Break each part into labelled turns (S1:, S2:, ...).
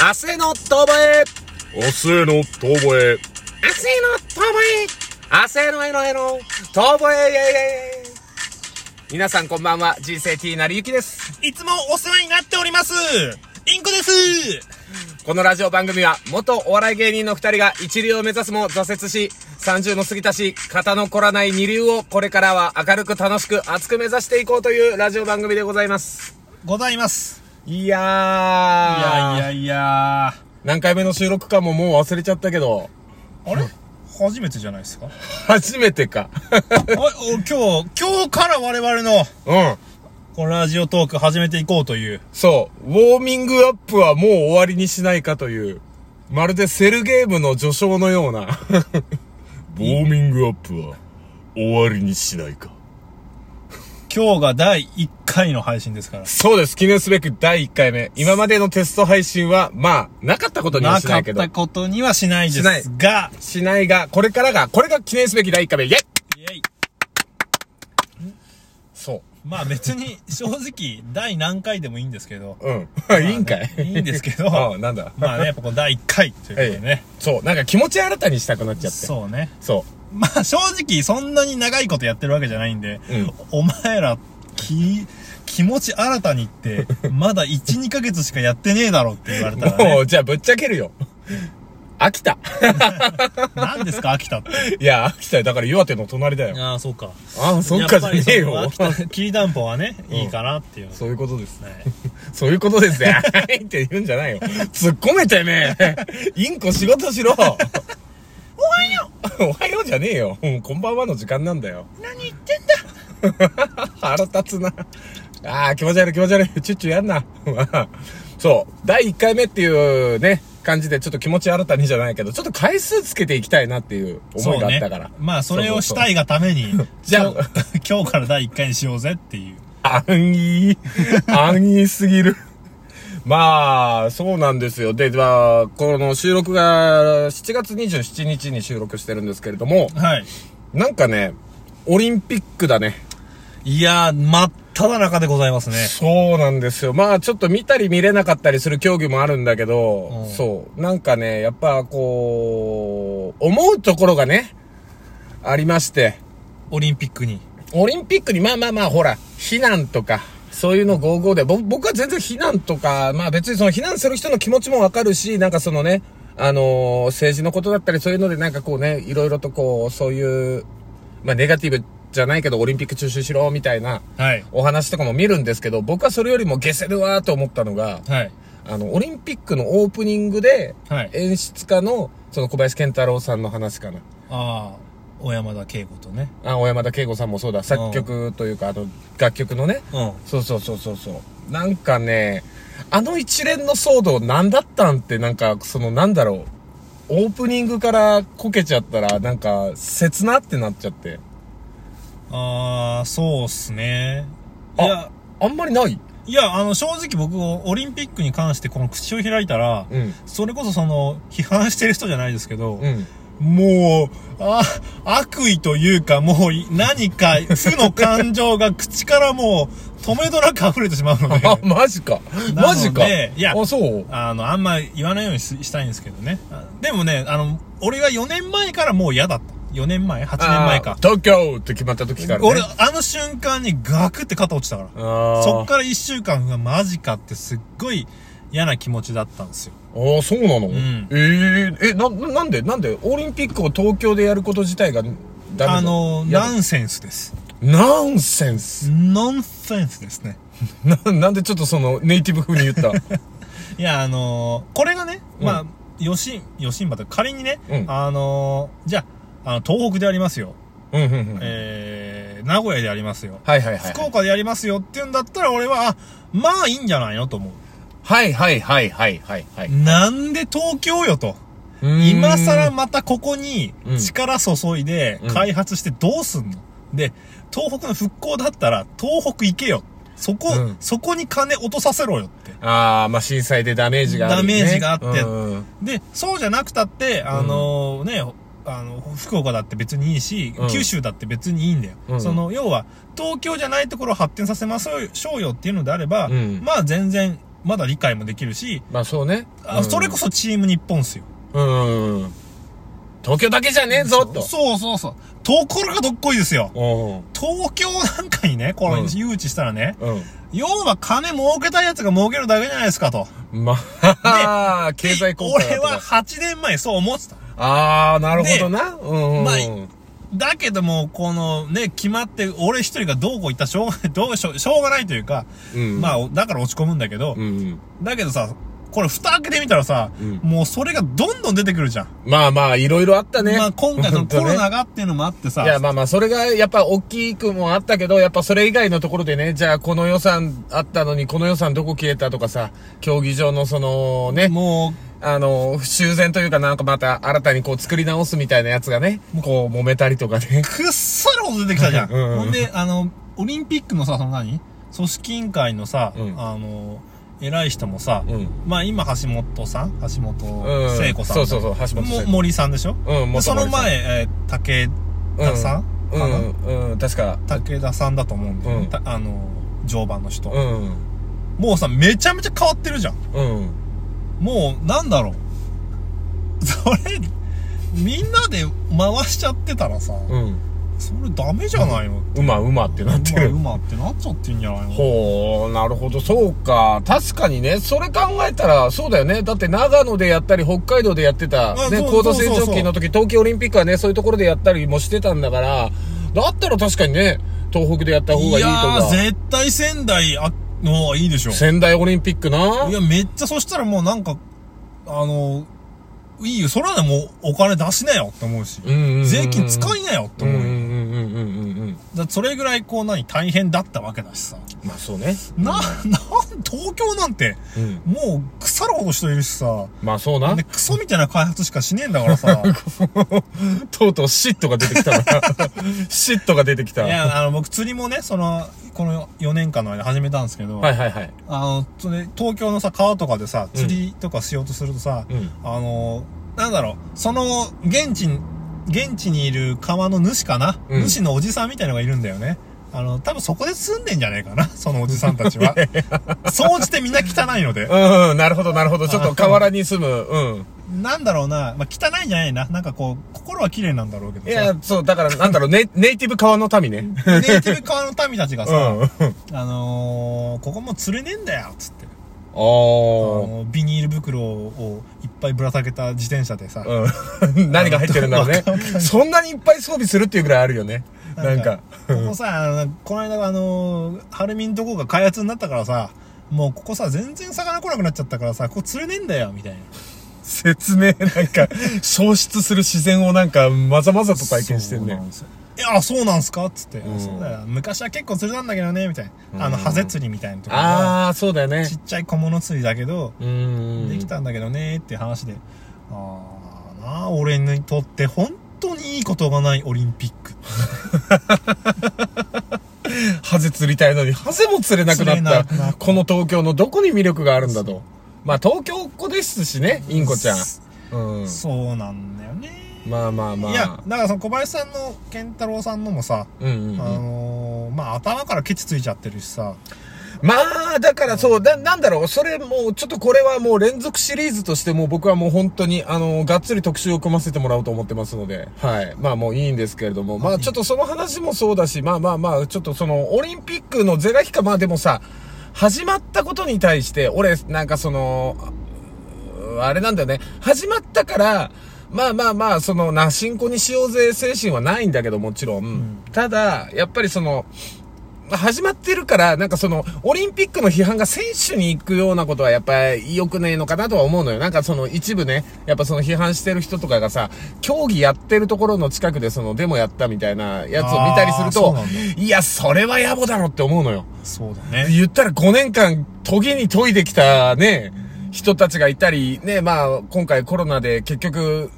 S1: 明日の遠吠え
S2: 明日への遠吠え。
S1: 明日の遠吠え明日のえのえの遠吠えイエイイエイ皆さんこんばんは、人生 T なりゆきです。
S3: いつもお世話になっておりますインコです
S1: このラジオ番組は、元お笑い芸人の二人が一流を目指すも挫折し、30も過ぎたし、型の凝らない二流をこれからは明るく楽しく熱く目指していこうというラジオ番組でございます。
S3: ございます
S1: いや
S3: い
S1: ー。
S3: やいやいやあ
S1: 何回目の収録かももう忘れちゃったけど、
S3: れ初めてじゃないですか
S1: 初めてか。
S3: おお今日、今日から我々の
S1: うん。
S3: このラジオトーク始めていこうという
S1: そう。ウォーミングアップはもう終わりにしないかという。まるでセルゲームの序章のよ うな。
S2: ウォーミングアップは終わりにしないか。
S3: 今日が第1回の配信ですから
S1: そうです。記念すべき第1回目。今までのテスト配信は、まあ、なかったことには
S3: な
S1: しな
S3: かっ
S1: いけど
S3: た。ことにはしないで
S1: しない
S3: すが
S1: しないが、これからが、これが記念すべき第1回目。イェイ
S3: イエイ
S1: そ
S3: まあ別に正直第何回でもいいんですけど
S1: う。うん。いいんかい。
S3: いいんですけど
S1: ああ、なんだ。
S3: まあねやっぱこの第1回ということでね
S1: そう。なんか気持ち新たにしたくなっちゃって。そう。
S3: そうねまあ正直そんなに長いことやってるわけじゃないんで、
S1: うん
S3: お前ら気、気持ち新たにって、まだ1、2ヶ月しかやってねえだろって言われたら、
S1: も
S3: ね、
S1: う、じゃあぶっちゃけるよ。飽きた。
S3: 何ですか、秋田って。
S1: いや、飽きたよ。だから岩手の隣だよ。
S3: ああ、そうか。
S1: ああ、そっかじゃねえ
S3: やっ
S1: よ
S3: ぱ。りその秋田、きりたんぽはね、いいかなっていう。
S1: そういうことですね。
S3: ね
S1: そういうことですね。はいって言うんじゃないよ。突っ込めてね。インコ仕事しろ。おはよう。おはようじゃねえよ。うんこんばんはの時間なんだよ。何言ってんだ。腹立つな。ああ、気持ち悪い気持ち悪い。チュッチュやんな。 まあそう。第1回目っていうね、感じでちょっと気持ち新たにじゃないけど、ちょっと回数つけていきたいなっていう思いがあったから。
S3: そうね、まあ、それをし
S1: い
S3: たいがために、
S1: じゃあ
S3: 今日今日から第1回にしようぜっていう。
S1: 安易。安易すぎる。まあ、そうなんですよ。で、まあ、この収録が7月27日に収録してるんですけれども、
S3: はい。
S1: なんかね、オリンピックだね。
S3: いやー、真っ只中でございますね。
S1: そうなんですよ。まあ、ちょっと見たり見れなかったりする競技もあるんだけど、
S3: うん
S1: そう。なんかね、やっぱこう、思うところがね、ありまして、
S3: オリンピックに。
S1: オリンピックに、まあまあまあ、ほら、避難とか、そういうの55で、ぼ僕は全然避難とか、まあ別にその避難する人の気持ちもわかるし、なんかそのね、あのー政治のことだったりそういうのでなんかこうね、いろいろとこう、そういう、まあネガティブじゃないけど、オリンピック中止しろ、みたいな
S3: はい。
S1: お話とかも見るんですけど、僕はそれよりもゲセるわーと思ったのが、
S3: はい。
S1: あの、オリンピックのオープニングで、
S3: はい。
S1: 演出家の、その小林健太郎さんの話かな。
S3: ああ、小山田圭子とね。
S1: あ、小山田圭吾さんもそうだ、作曲というか、あの、楽曲のね、
S3: うん。
S1: そうそうそうそうそう。なんかね、あの一連の騒動何だったんって、なんか、そのなんだろう。オープニングからこけちゃったら、なんか、切なってなっちゃって。
S3: ああ、そうっすね。い
S1: あ
S3: や、
S1: あんまりない
S3: いや、あの、正直僕、オリンピックに関してこの口を開いたら、
S1: うん。
S3: それこそその、批判してる人じゃないですけど、
S1: うん。
S3: もう、あ、悪意というか、もうい、何か、負の感情が口からもう、止めどなく溢れてしまうの で、
S1: あ、マジか。
S3: なの
S1: マジか。
S3: でいや
S1: あ、そう。
S3: あの、あんま言わないようにししたいんですけどね。あでもね、あの、俺が4年前からもう嫌だった。4年前 ?8 年前
S1: あ
S3: か
S1: ー。東京って決まった時から、ね。
S3: 俺、あの瞬間にガクって肩落ちたから。
S1: あー
S3: そっから一週間がマジかってすっごい嫌な気持ちだったんですよ。
S1: あーそうなの、
S3: ん
S1: えー、え、な、ななんでなんでオリンピックを東京でやること自体がダメだ
S3: あの、
S1: やだ
S3: ナンセンスです。
S1: ナンセンス。
S3: ノンセンスですね。
S1: な、 なんでちょっとその、ネイティブ風に言っ た
S3: いや、あのこれがね、
S1: うん
S3: まあ、よし、よしんばと、仮にね、
S1: うん
S3: あのじゃあ、あの、東北でありますよ。
S1: うんうんうん。
S3: えー、名古屋でありますよ。
S1: はいはいはい。
S3: 福岡でやりますよっていうんだったら俺は、あ、まあいいんじゃないのと思う。
S1: はいはいはいはいはいはい。
S3: なんで東京よと。今更またここに力注いで
S1: うん
S3: 開発してどうすんの、で、東北の復興だったら東北行けよ。そこ、
S1: うん
S3: そこに金落とさせろよって。
S1: ああ、まあ震災でダメージがある、ね。
S3: ダメージがあって
S1: うん
S3: で、そうじゃなくたって、あのね、あの、福岡だって別にいいし、
S1: うん
S3: 九州だって別にいいんだよ。
S1: うん
S3: その、要は、東京じゃないところを発展させましょうよっていうのであれば、
S1: うん
S3: まあ全然まだ理解もできるし、
S1: まあそうね。
S3: あ
S1: うん
S3: それこそチーム日本っすよ。
S1: うん。東京だけじゃねえぞ、と。
S3: そうそうそう。ところがどっこいですよ。
S1: うん。
S3: 東京なんかにね、これ
S1: うん
S3: 誘致したらね、
S1: う
S3: 要は金儲けたい奴が儲けるだけじゃないですかと。
S1: ん。まあ、経済効果だ
S3: 俺
S1: と
S3: は
S1: か。
S3: 8年前そう思ってた。
S1: ああ、なるほどな。うんうん。
S3: まあだけども、このね、決まって、俺一人がどうこう言ったらしょうが ない、どうしょう、しょうがないというか、
S1: うん
S3: まあ、だから落ち込むんだけど、
S1: うん。
S3: だけどさ、これ蓋開けてみたらさ、
S1: うん
S3: もうそれがどんどん出てくるじゃん。
S1: まあまあ、いろいろあったね。
S3: まあ今回その
S1: 本
S3: コ
S1: 当ね
S3: ロナがっていうのもあってさ、
S1: いや、まあまあ、それが、やっぱ、大きくもあったけど、やっぱ、それ以外のところでね、じゃあ、この予算あったのに、この予算どこ消えたとかさ、競技場の、その、ね、
S3: も
S1: あの、修繕というかなんかまた、新たにこう、作り直すみたいなやつがね、こう、揉めたりとかね
S3: う、。くっそいこと出てきたじゃん。
S1: うんうん
S3: ほんで、あの、オリンピックのさ、その何組織委員会のさ、
S1: うん
S3: あの、偉い人もさ、
S1: うん。
S3: まあ今橋本さん橋
S1: う
S3: 本
S1: ん
S3: 聖子さん、
S1: そうそうそう橋本聖子
S3: も森さんでしょ
S1: うん、
S3: で
S1: 元
S3: その
S1: 森さん
S3: 前、えー武田さん、
S1: う、
S3: かなん
S1: うん、うん、確か。
S3: 武田さんだと思うんだよ、
S1: うん
S3: たあの常磐の人、
S1: うん、
S3: もうさめちゃめちゃ変わってるじゃん
S1: うん。
S3: もう なんだろうそれみんなで回しちゃってたらさ、
S1: うん。
S3: それダメじゃないの、
S1: うま、うまってなって
S3: う
S1: る。
S3: まうまってなっちゃってんじゃないの
S1: ほう、なるほど、そうか。確かにね、それ考えたら、そうだよね。だって長野でやったり、北海道でやってた、
S3: あ
S1: ね、
S3: そう
S1: 高度
S3: そ
S1: 成
S3: うそうそう
S1: 長期の時、東京オリンピックはね、そういうところでやったりもしてたんだから、だったら確かにね、東北でやった方がいいと
S3: や
S1: か
S3: ー。絶対仙台あの方がいいでしょ
S1: 仙台オリンピックない
S3: や、めっちゃ、そしたらもうなんか、あの、いいよ、それはね、もうお金出しなよって思うし、
S1: うんうんうんうん
S3: 税金使いなよって
S1: うん
S3: 思
S1: う
S3: うよ。
S1: んうんうんうんうん。
S3: だそれぐらいこう何、大変だったわけだしさ。
S1: まあそうね。
S3: な、 なん、東京なんて、
S1: うん。
S3: もう腐るほど人いるしさ、
S1: まあそうな
S3: で、。クソみたいな開発しかしねえんだからさ。
S1: とうとうシットが出てきたな。 シットが出てきた。
S3: い
S1: はい
S3: や、あの、僕釣りもね、その、この4年間の間始めたんですけど、
S1: はいはい。
S3: あの、それ東京のさ、川とかでさ、釣りとかしようとするとさ、
S1: うん。
S3: あの、なんだろう、その、現地に、現地にいる川の主かな、
S1: うん
S3: 主のおじさんみたいのがいるんだよね。あの、多分そこで住んでんじゃね えかな、そのおじさんたちは。総じてみんな汚いので。
S1: うんうん、なるほど、なるほど。ちょっと河原に住む。うん。
S3: なんだろうな、まあ、汚いんじゃないな。なんかこう、心は綺麗なんだろうけど
S1: い
S3: さ。
S1: や、そう、だから、なんだろう、ネネイティブ川の民ね。
S3: ネイティブ川の民たちが
S1: う
S3: さ、
S1: ん。あ
S3: あのーここもう釣れねえんだよ、つって。
S1: ー。
S3: あのビニール袋をいっぱいぶら下げた自転車でさ、
S1: うん。 何が入ってるんだろう ね。そんなにいっぱい装備するっていうぐらいあるよね。なんか。
S3: ここさ、あのこの間はあのー、晴海のとこが開発になったからさ、もうここさ、全然魚来なくなっちゃったからさ、ここ釣れねえんだよ、みたいな。
S1: 説明、なんか、消失する自然をなんか、まざまざと体験してる
S3: そう
S1: ね
S3: なん。ですよいや、そうなんすかっつって、
S1: ん
S3: そうだよ。昔は結構釣れたんだけどね、みたいな。あの、
S1: うん
S3: ハゼ釣りみたいなところが
S1: あー、そうだよね
S3: ち。っちゃい小物釣りだけど、
S1: うん。
S3: でき。たんだけどね、っていう話で。あーなあ、俺にとって本当にいいことがないオリンピック。
S1: ハゼ釣りたいのに、ハゼも釣れなくな
S3: 釣れな
S1: っ。
S3: くなったた
S1: この東京のどこに魅力があるんだと。まあ、東京っ子ですしね、インコちゃん。うん。
S3: そうなんだよね。
S1: まあまあまあ。
S3: いや、だからその小林さんの健太郎さんのもさ、
S1: うんうんうん、
S3: あのー、まあ頭からケチついちゃってるしさ、
S1: まあ、だからそう、だ、なんだろう、それもう、ちょっとこれはもう連続シリーズとしてもう僕はもう本当に、あの、がっつり特集を組ませてもらおうと思ってますので、はい。まあもういいんですけれども、まあちょっとその話もそうだし、まあまあまあ、ちょっとその、オリンピックのゼラヒカ、まあでもさ、始まったことに対して、俺、なんかその、あれなんだよね。始まったから、まあまあまあ、その、な、進行にしようぜ精神はないんだけど、もちろん。ただ、やっぱりその、まあ始まってるから、なんかその、オリンピックの批判が選手に行くようなことはやっぱり良くねえのかなとは思うのよ。なんかその一部ね、やっぱその批判してる人とかがさ、競技やってるところの近くでそのデモやったみたいなやつを見たりする
S3: あーそう
S1: と
S3: なんだ、
S1: いや、それは野暮だろって思うのよ。
S3: そうだね。
S1: 言ったら5年間、研ぎに研いできたね、人たちがいたり、ね、まあ、今回コロナで結局、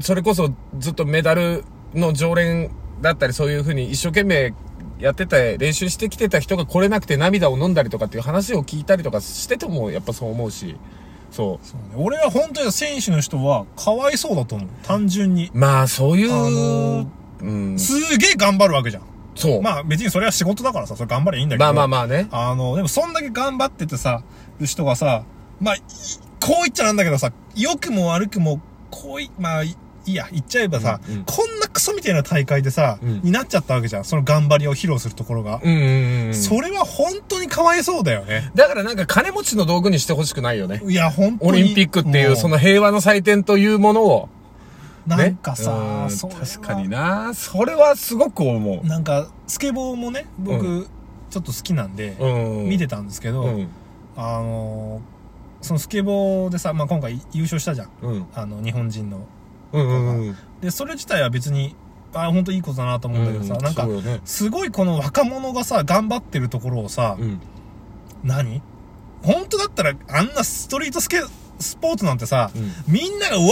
S1: それこそずっとメダルの常連だったり、そういうふうに一生懸命やってた、練習してきてた人が来れなくて涙を飲んだりとかっていう話を聞いたりとかしてても、やっぱそう思うし、そ
S3: そうね俺は本当に選手の人はかわいそうだと思う。単純に。
S1: う。まあ、そういう、
S3: あのー
S1: うん、
S3: すげえ頑張るわけじゃん。
S1: そう。まあ、
S3: まあ別にそれは仕事だからさ、それ頑張りゃいいんだけど。
S1: まあまあまあね。
S3: あの、でもそんだけ頑張っててさ、る人がさ、まあ、いこう言っちゃなんだけどさ、良くも悪くも、こうい、まあ、いいや、言っちゃえばさ、
S1: うんうん
S3: こんなクソみたいな大会でさ、
S1: うん
S3: になっちゃったわけじゃん。その頑張りを披露するところが。
S1: うんうんうん。
S3: それは本当にかわいそうだよね。
S1: だからなんか金持ちの道具にしてほしくないよね。
S3: いや、本当
S1: オ
S3: に。
S1: リンピックってい
S3: も
S1: う、その、平和の祭典というものを。ね
S3: なんか
S1: う
S3: さ、
S1: ん
S3: それは
S1: 確かにな。それはすごく思
S3: なんか、スケボーもね、僕、
S1: う
S3: ちょっと好きなんで、
S1: う。うん。
S3: 見てたんですけど、
S1: うん。
S3: あのーそのスケボーでさ、まあ、今回優勝したじゃん。
S1: うん。
S3: あの、日本人の。
S1: うんうんうん。
S3: で、それ自体は別に、あ本当いいことだなと思うんだけどさ、なんか
S1: そう、よね
S3: すごいこの若者がさ、頑張ってるところをさ、
S1: うん。
S3: 何本当だったら、あんなストリートスケ、スポーツなんてさ、
S1: うん
S3: みんながうわ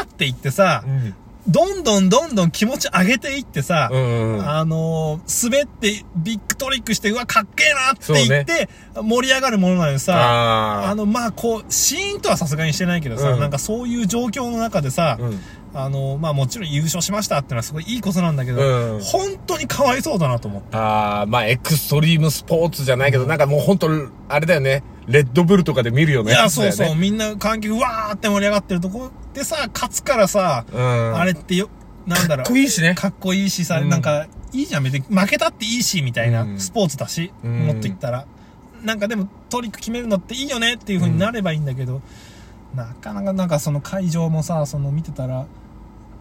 S3: ーって言ってさ、
S1: うん
S3: どんどんどんどん気持ち上げていってさ、
S1: うんうん。
S3: あのー滑ってビッグトリックして、うわ、かっけえなって言って、盛り上がるものなのにさ、あ
S1: あ
S3: の、まあ、こう、シーンとはさすがにしてないけどさ、
S1: うん
S3: なんかそういう状況の中で
S1: あ、
S3: さ
S1: うん。
S3: あの、まあ、もちろん優勝しましたってのはすごいいいことなんだけど、
S1: うん
S3: 本当にかわいそうだなと思って。
S1: あーまあ、エクストリームスポーツじゃないけど、なんかもうほんと、あれだよね。レッドブルとかで見るよ
S3: い
S1: ね。
S3: や、そうそ
S1: だ
S3: う、
S1: よね
S3: みんな観客うわーって盛り上がってるとこでさ、勝つからさ、
S1: うん。
S3: あれってよ、なんだろう。
S1: かっこいいしね
S3: かっこいいしさ、
S1: うん
S3: なんか、いいじゃん、別に負けたっていいし、みたいな、
S1: うん
S3: スポーツだし、
S1: うん
S3: もっと言ったら。なんかでも、トリック決めるのっていいよねっていう風になればいいんだけど、なかなかなんかその会場もさ、その見てたら、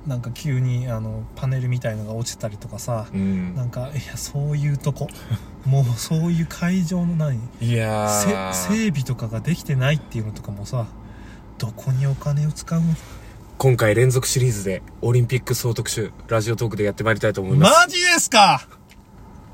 S3: なんか急にあの、パネルみたいのが落ちてたりとかさ、
S1: うん。
S3: なんか、いや、そういうとこ。もう、そういう会場の何
S1: いや
S3: せ
S1: ー。
S3: 整備とかができてないっていうのとかもさ、どこにお金を使うの
S1: 今回連続シリーズでオリンピック総特集ラジオトークでやってまいりたいと思います。
S3: マジですか